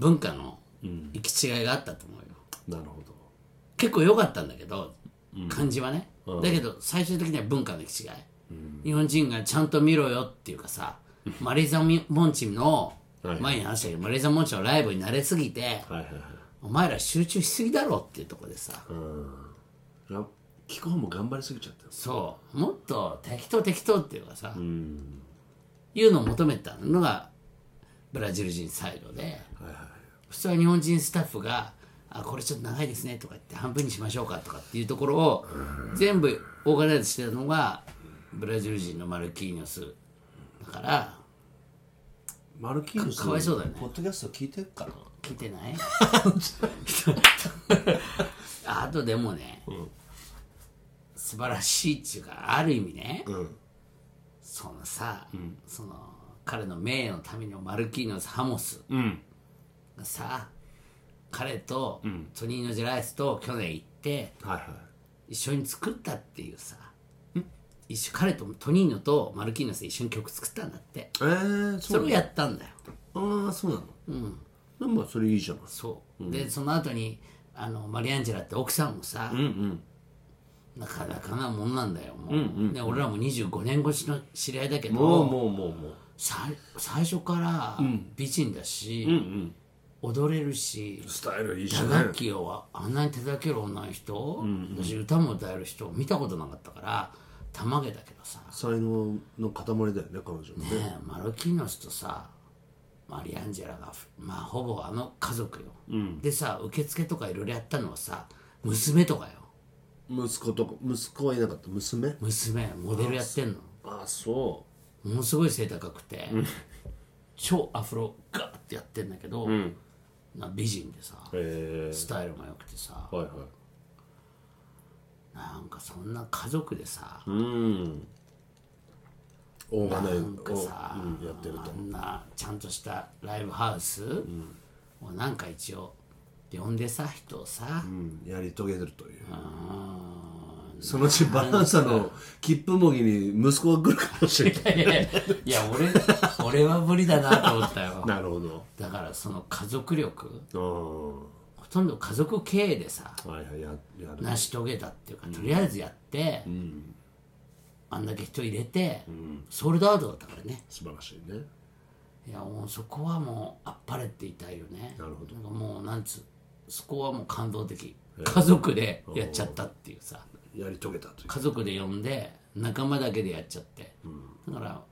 B: 文化の行き違いがあったと思うよ、
C: なるほ
B: 結構良かったんだけど、感じはね、だけど最終的には文化の行き違い、日本人がちゃんと見ろよっていうかさ、マレーザ・モンチの
C: はい
B: 前に話したけど、マレーザ・モンチのライブに慣れすぎて
C: どはいはいはい
B: お前ら集中しすぎだろっていうところでさ、
C: ラ聞く方も頑張りすぎちゃったよ
B: そうもっと適当適当っていうかさ、いうのを求めたのがブラジル人サイドで
C: はいはい
B: 普通は日本人スタッフが「あこれちょっと長いですね」とか言って半分にしましょうかとかっていうところを全部オーガナイズしてたのがブラジル人のマルキーニョスだから
C: マルキーノス
B: かかわいそうだよね
C: ポッドキャスト聞いてるかな
B: 聞いて ない あとでもね、素晴らしいっていうかある意味ね、
C: ん
B: そのさ、その彼の名誉のためのマルキーノス・ハモス
C: うん
B: がさ彼とトニーノ・ジェライスと去年行って
C: はいはい
B: 一緒に作ったっていうさ一緒彼とトニーノとマルキーノスで一緒に曲作ったんだって
C: えー、
B: そ
C: そ
B: れを
C: う
B: やったんだよ
C: ああそうなのうんでもまあそれいいじゃない
B: そう、でその後にあのマリアンジェラって奥さんもさ、
C: うんうん
B: なかなかなもんなんだよもう、ね、俺らも25年越しの知り合いだけど
C: もうもうもうもう
B: さ最初から美人だし、
C: ん
B: 踊れるし
C: スタイルいいし
B: 打楽器をあんなに叩ける女の人、私歌も歌える人見たことなかったからたまげだけどさ、
C: 才能の塊だよね彼女もね
B: ねえマルキーノスとさマリアンジェラがまあほぼあの家族よ、でさ受付とかいろいろやったのはさ娘とかよ
C: 息子とか息子はいなかった娘
B: 娘モデルやってんの
C: ああそ
B: ものすごい背高くて、超アフロガーってやってんだけど、な美人でさ
C: うへえ
B: スタイルも良くてさ
C: はいはい
B: なんかそんな家族でさ、
C: うんオーガナイズ
B: なんかさ、
C: をうんやってると
B: あんなちゃんとしたライブハウス、をなんか一応呼んでさ人をさ、
C: うんやり遂げてるという
B: うん
C: そのうちバランサの切符もぎに息子が来るかもしれない
B: いやいや俺俺 は無理だなと思ったよ
C: なるほど
B: だからその家族力
C: う
B: ほとんど家族経営でさ
C: んはいはいややる
B: 成し遂げたっていうかとりあえずやって、あんだけ人入れて、ソールドアウトだったからね
C: 素晴らしいね
B: いやもうそこはもうあっぱれっていたいよね
C: なるほど
B: んかもうなんつうそこはもう感動的家族でやっちゃったっていうさ
C: やり遂げたという
B: 家族で呼んで仲間だけでやっちゃって、だから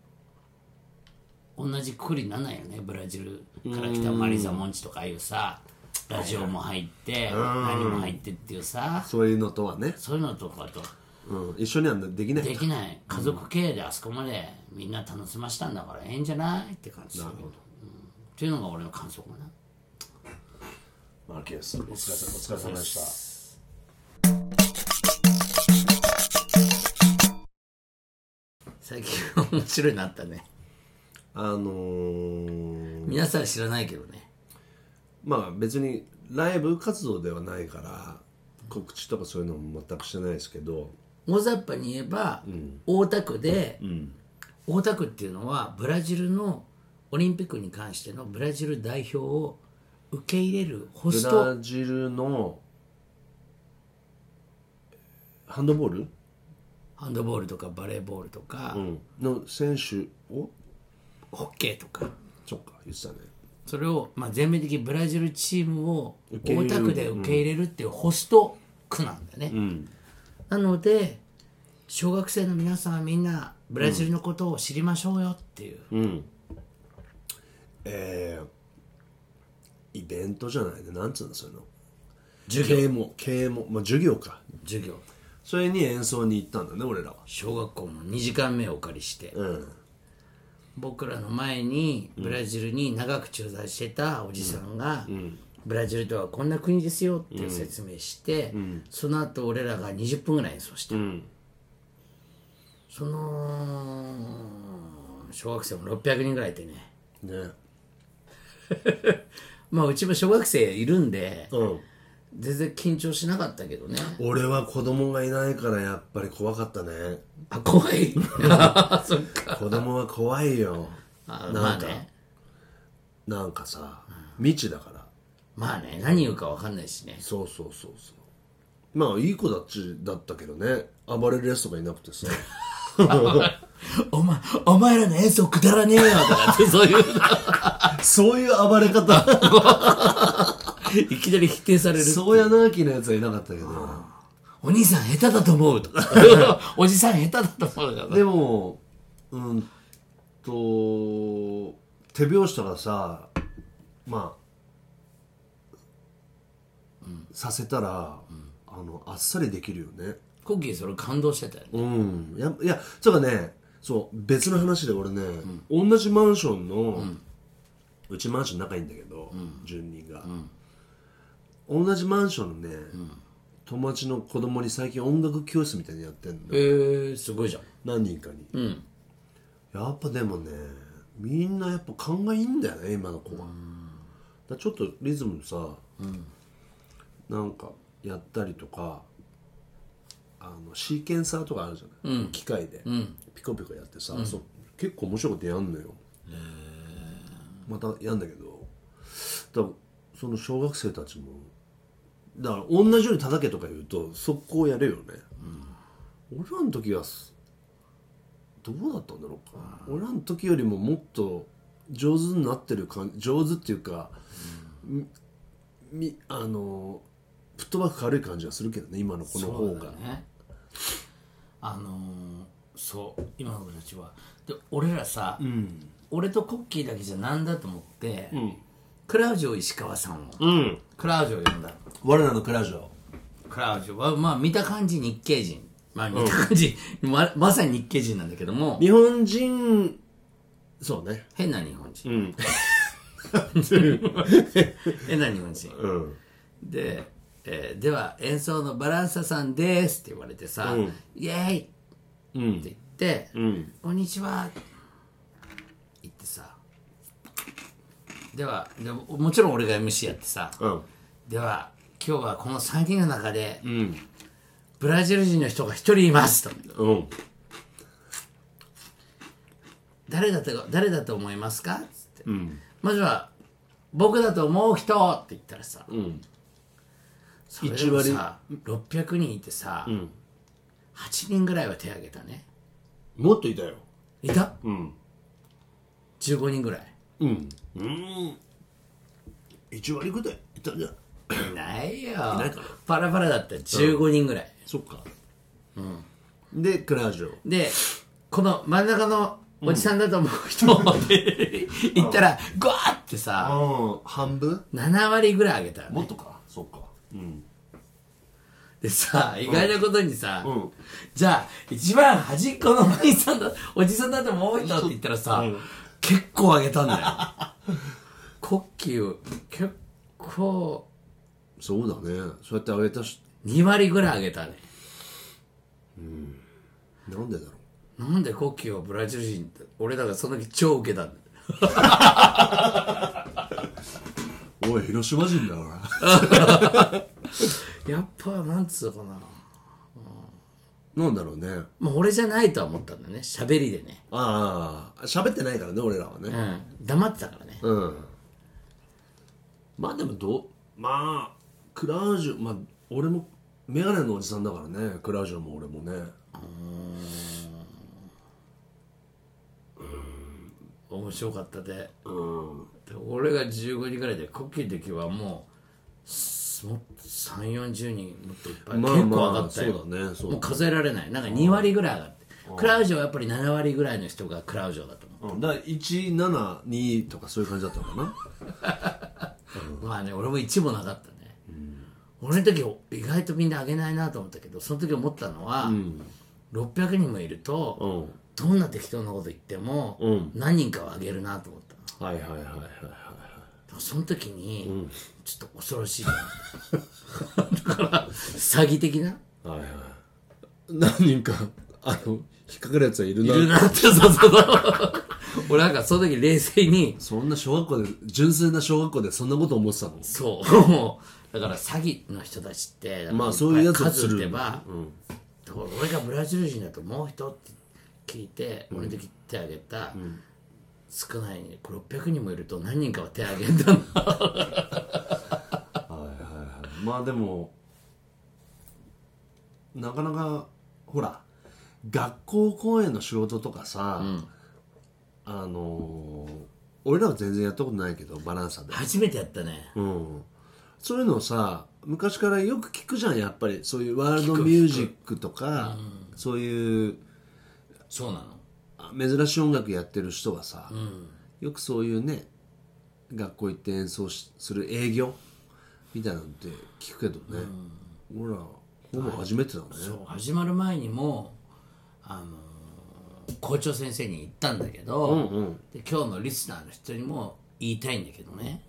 B: 同じくくりにならないよねブラジルから来たマリザ・モンチとかああいうさラジオも入って何も入ってっていうさ
C: そういうのとはね、
B: そういうのとかと
C: うん、一緒にはできない
B: できない家族経営であそこまでみんな楽しましたんだからええんじゃないって感じなるほど、うん、っていうのが俺の感想かな
C: マルケスお疲れ様お疲れ様でした
B: 最近面白いなったね
C: あのー、
B: 皆さん知らないけどね
C: まあ別にライブ活動ではないから告知とかそういうのも全くしてないですけど
B: 大雑把に言えば、大田区で、大田区っていうのはブラジルのオリンピックに関してのブラジル代表を受け入れるホ
C: ブ
B: スト
C: ラジルのハンドボール、
B: ハンドボールとかバレーボールとか、
C: うん、の選手を
B: ホッケーとか
C: そっか言ってたね
B: それを、まあ、全面的にブラジルチームを
C: け入
B: 大
C: れる
B: 田区で受け入れるっていうホスト区なんだよね、なので小学生の皆さんはみんなブラジルのことを知りましょうよっていう、
C: えー、イベントじゃないねなんつうのそういうの経営も経営も、まあ、授業か
B: 授業
C: それに演奏に行ったんだね俺らは
B: 小学校の2時間目をお借りして、
C: うん
B: 僕らの前にブラジルに長く駐在してたおじさんが、ブラジルとはこんな国ですよって説明して、その後俺らが20分ぐらい演奏して、
C: ん
B: その小学生も600人ぐらいいてね
C: ね
B: まあうちも小学生いるんで
C: うん
B: 全然緊張しなかったけどね
C: 俺は子供がいないからやっぱり怖かったね
B: あ怖いそっか
C: 子供は怖いよ
B: あ
C: な
B: まあ
C: んか
B: ね
C: なんかさ未知だから
B: まあね何言うか分かんないしね
C: そうそうそうそうまあいい子だっちだったけどね暴れるやつとかいなくてさ
B: お前お前らの演奏くだらねえよとか ってそういう
C: そういう暴れ方
B: いきなり否定される。
C: そうやなきのやつはいなかったけど
B: お兄さん下手だと思うとか。 おじさん下手だと思うとか。
C: でもうんと手拍子とかさまあ、させたら、あのあっさりできるよね
B: コッキーそれ感動してたよね。
C: うんやいやそうかねそう別の話で俺ね、同じマンションの、うちマンション仲いいんだけど、住人が、同じマンションのね、友達の子供に最近音楽教室みたいにやってんの
B: えー、すごいじゃん。
C: 何人かに、やっぱでもねみんなやっぱ勘がいいんだよね今の子は、だからちょっとリズムさ、なんかやったりとかあのシーケンサーとかあるじゃない、機械で、ピコピコやってさ、そう結構面白いことやんのよまたやんだけどだからその小学生たちもだから同じように叩けとか言うと速攻やるよね、俺らの時はすどうだったんだろうか俺らの時よりももっと上手になってる感じ上手っていうか、みみあのフットワーク軽い感じはするけどね今のこの方
B: そう
C: が
B: だね。あのー、そう、今の子たちは。で、俺らさ、俺とコッキーだけじゃなんだと思って、クラウジョ石川さんを、
C: うん
B: クラウジョ呼んだの。
C: 我らのクラジオ
B: クラウジョは、まあ見た感じ日系人。まあ見た感じ、ままさに日系人なんだけども、
C: 日本人そうね
B: 変な日本人。
C: ん
B: 変な日本人。
C: うん
B: で、えーでは演奏のバランサさんです」って言われてさ「
C: うん
B: イエーイ!」って
C: うん
B: 言って「
C: ん
B: こんにちは」って言ってさではでももちろん俺が MC やってさ「
C: うん
B: では今日はこの3人の中で
C: うん
B: ブラジル人の人が1人います」と
C: うん
B: 「誰だと誰だと思いますか?」っつって、まずは「僕だと思う人」って言ったらさ、
C: ん
B: それでもさ600人いてさ、8人ぐらいは手挙げたね
C: もっといたよ
B: いた
C: うん
B: 15人ぐらい
C: うんうん1割ぐらいいたんじゃない
B: いないよ
C: ないかな
B: パラパラだったら15人ぐらい、
C: そっかうんでクラジオ
B: でこの真ん中のおじさんだと思う人を行ったらゴワーってさ
C: うん半分
B: 7割ぐらい上げたのね
C: っとかそっかうん
B: でさ意外なことにさ、
C: うん
B: じゃあ一番端っこのおじさんだおじさんだと思う人って言ったらさ、
C: うん
B: 結構上げたんだよ コッキー結構
C: そうだねそうやってあげたし
B: 2割ぐらい上げたね
C: なんでだろ
B: なんでコッキーはブラジル人って俺だからその時超ウケたんだよ
C: うおい広島人だ から
B: やっぱなんつうのかな
C: なんだろうね
B: まあ俺じゃないとは思ったんだね喋りでね
C: ああ喋ってないからね俺らはね
B: うん黙ってたからね
C: うんまあでもどうまあクラージュまあ俺もメガネのおじさんだからねクラージュも俺もね
B: 面白かったで
C: うん
B: で俺が15人ぐらいでコッキーの時はもうすもっと3 4 0人もっといっぱい、
C: まあ
B: 結構
C: まあ
B: 上がったよ
C: そうだねそうだね
B: もう数えられないなんか2割ぐらい上がってクラウジョはやっぱり7割ぐらいの人がクラウジョだと思
C: うん、だから172とかそういう感じだったのかな
B: う、まあね俺も1もなかったね、俺の時意外とみんな上げないなと思ったけどその時思ったのは、600人もいると、
C: うん
B: どんな適当なこと言っても、
C: うん
B: 何人かはあげるなと思ったのだ
C: はいはいはいはいはい
B: からその時に、ちょっと恐ろしいなだから詐欺的な
C: はいはい何人かあの引っかかるやつはいる
B: い
C: な
B: るなってそうそうそう俺なんかその時冷静に
C: そんな小学校で純粋な小学校でそんなこと思ってたの
B: そうもうだから詐欺の人たちって
C: まあそういうやつをす
B: 数
C: る
B: 打てば、だから俺がブラジル人だともう人って聞いて、俺の時手あげた、少ないこれ600人もいると何人かは手あげたの
C: はいはいはいまあでもなかなかほら学校公演の仕事とかさ、あのー俺らは全然やったことないけどバランサで、
B: 初めてやったね
C: うん、そういうのをさ昔からよく聞くじゃんやっぱりそういうワールドミュージックとかそういう
B: そうなの
C: あ珍しい音楽やってる人がさ、よくそういうね学校行って演奏しする営業みたいなんて聞くけどね、俺らほぼ初めてだね
B: そう始まる前にもあのー校長先生に言ったんだけど、で今日のリスナーの人にも言いたいんだけどね、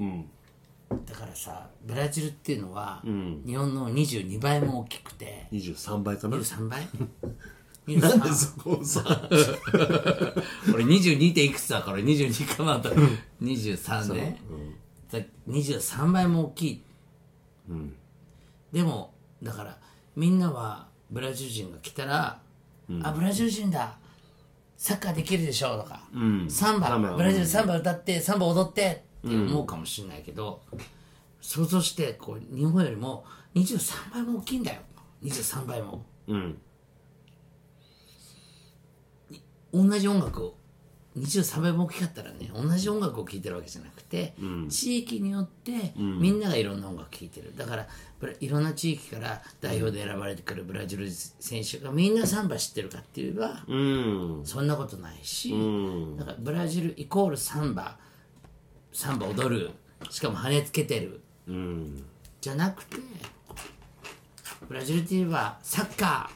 B: だからさブラジルっていうのは、日本の22倍も大きくて
C: 23倍かな
B: 23倍
C: なんで
B: 23
C: そこをさ
B: 俺22点いくつだから22かなと23ね、だ23倍も大きい、でもだからみんなはブラジル人が来たら「あブラジル人だサッカーできるでしょ」とか「サンバ
C: サンバ
B: ブラジルサンバ歌ってサンバ踊って」って思うかもしれないけど、想像してこう日本よりも23倍も大きいんだよ23倍も。
C: うん
B: 同じ音楽を23倍も大きかったらね同じ音楽を聴いてるわけじゃなくて、地域によってみんながいろんな音楽聴いてるだからブラいろんな地域から代表で選ばれてくるブラジル選手がみんなサンバ知ってるかって言えば、
C: うん
B: そんなことないし、だからブラジルイコールサンバサンバ踊るしかも跳ねつけてる、じゃなくてブラジルって言えばサッカ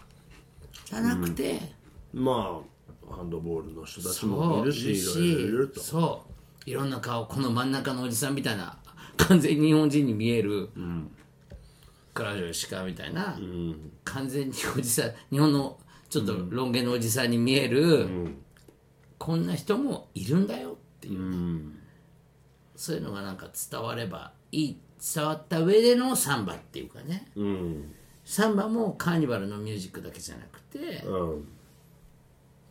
B: ーじゃなくて、
C: まあハンドボールの人たち
B: そう
C: もいるしいろいろいると
B: そういろんな顔この真ん中のおじさんみたいな完全に日本人に見える、クラジオシカみたいな、完全におじさん日本のちょっとロン毛のおじさんに見える、こんな人もいるんだよっていう、そういうのがなんか伝わればいい伝わった上でのサンバっていうかね、
C: うん
B: サンバもカーニバルのミュージックだけじゃなくて、
C: うん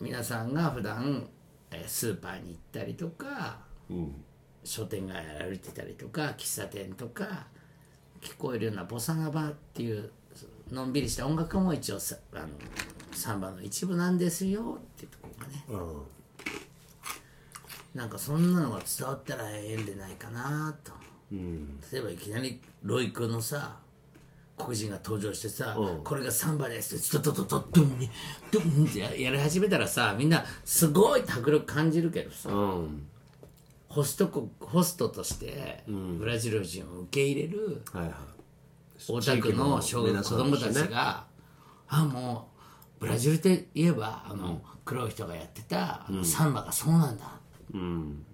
B: 皆さんが普段えースーパーに行ったりとか、商店街歩いてたりとか喫茶店とか聞こえるようなボサノバっていうのんびりした音楽も一応さあのサンバの一部なんですよっていうところがね
C: うん
B: なんかそんなのが伝わったらええんでないかなと、例えばいきなりロイ君のさ黒人が登場してさ、これがサンバですってドドドドドンにドンってややり始めたらさみんなすごいって迫力感じるけどさ、
C: うん
B: ホスト国ホストとしてブラジル人を受け入れる
C: はいはい
B: 大田区の小学
C: 皆
B: 子
C: さん
B: 供
C: だ
B: た
C: し
B: ち
C: ね
B: が、あもうブラジルって言えばあの、黒い人がやってたあのサンバがそうなんだ、
C: うん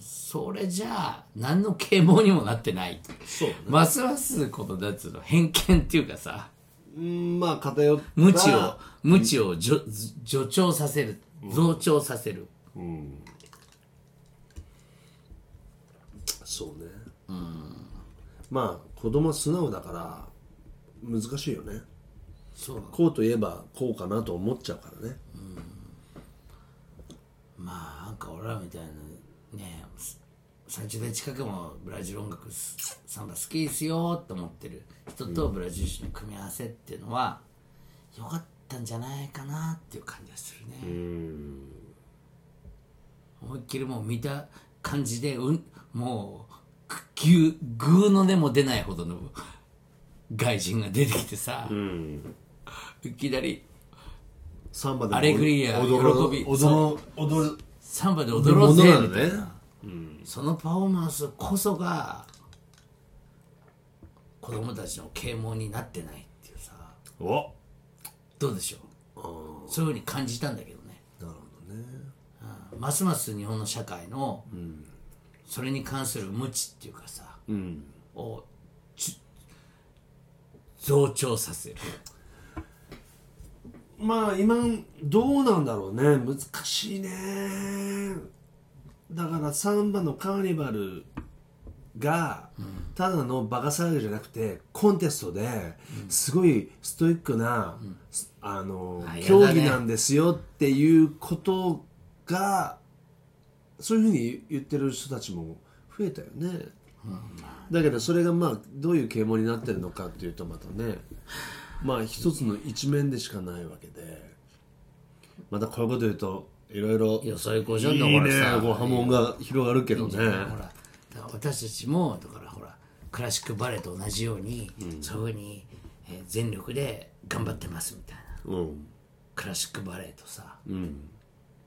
B: それじゃあ何の啓蒙にもなってない
C: そう
B: ますますこのなんつうの偏見っていうかさ
C: うんまあ偏った
B: 無知を無知を助助長させる増長させる、
C: そうねうんまあ子供は素直だから難しいよね
B: そう
C: こうといえばこうかなと思っちゃうからね
B: まあなんか俺らみたいなね30代近くもブラジル音楽すサンバ好きですよと思ってる人とブラジル人の組み合わせっていうのは良かったんじゃないかなっていう感じがするね思いっきりもう見た感じで、うん、もうくぎゅうぐうの根も出ないほどの外人が出てきてさ、いきなり
C: サンバでも
B: アレグリア
C: 踊ろう
B: 喜び
C: 踊ろう踊る
B: サンバで
C: も
B: 踊ろうぜ
C: の
B: み
C: な
B: たい
C: の
B: な
C: ね
B: そのパフォーマンスこそが子供たちの啓蒙になってないっていうさ
C: お
B: どうでしょうそそういうふうに感じたんだけどね
C: なるほどね
B: うんますます日本の社会の、それに関する無知っていうかさ、をち増長させる
C: まあ今どうなんだろうね難しいねだからサンバのカーニバルがただのバカ騒ぎじゃなくてコンテストですごいストイックな、あの
B: あ
C: 競
B: やだ
C: 技
B: ね
C: なんですよっていうことがそういうふうに言ってる人たちも増えたよね、だけどそれがまあどういう啓蒙になってるのかっていうとまたねまあ一つの一面でしかないわけでまたこういうこと言うといろいろ
B: よそいこじゃん
C: いい
B: の
C: ね
B: これさ
C: こう波紋が広がるけどね
B: ほらだから私たちもだからほらクラシックバレエと同じように、そういうふうに、えー全力で頑張ってますみたいな
C: うん、
B: クラシックバレエとさ、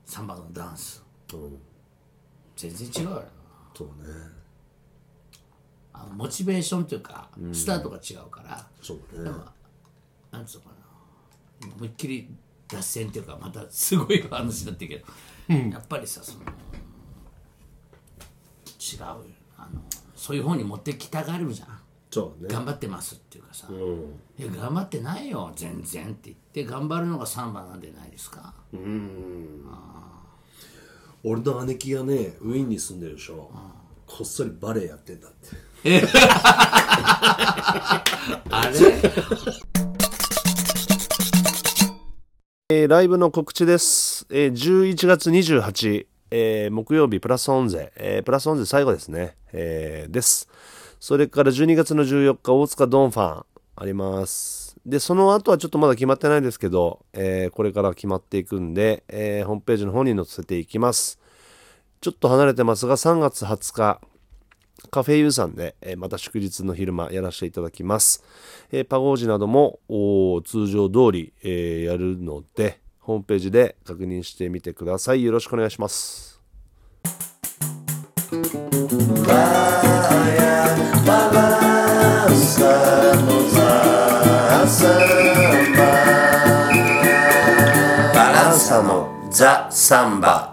B: サンバのダンス
C: うん、
B: 全然違うよ
C: そうね
B: あのモチベーションというか、スタートが違うから
C: そうね
B: なんつうのかな思いっきり脱線っていうかまたすごい話になってるけど、やっぱりさその違うよあのそういう方に持ってきたがるじゃん
C: そうね
B: 頑張ってますっていうかさ、いや頑張ってないよ全然って言って頑張るのがサンバなんじゃないですか、
C: 俺の姉貴がねウィーンに住んでるでしょ、こっそりバレエやってんだって
B: あれ
C: えーライブの告知です。えー11月28、えー木曜日、プラスオンゼ、えープラスオンゼ最後ですね、えーです。それから12月の14日、大塚ドンファンあります。で、その後はちょっとまだ決まってないですけど、えーこれから決まっていくんで、えーホームページの方に載せていきます。ちょっと離れてますが、3月20日、カフェユーさんで、えーまた祝日の昼間やらせていただきます。えーパゴージなどもおー通常通り、えーやるので、ホームページで確認してみてください。よろしくお願いします。
A: バランサのザ・サンバ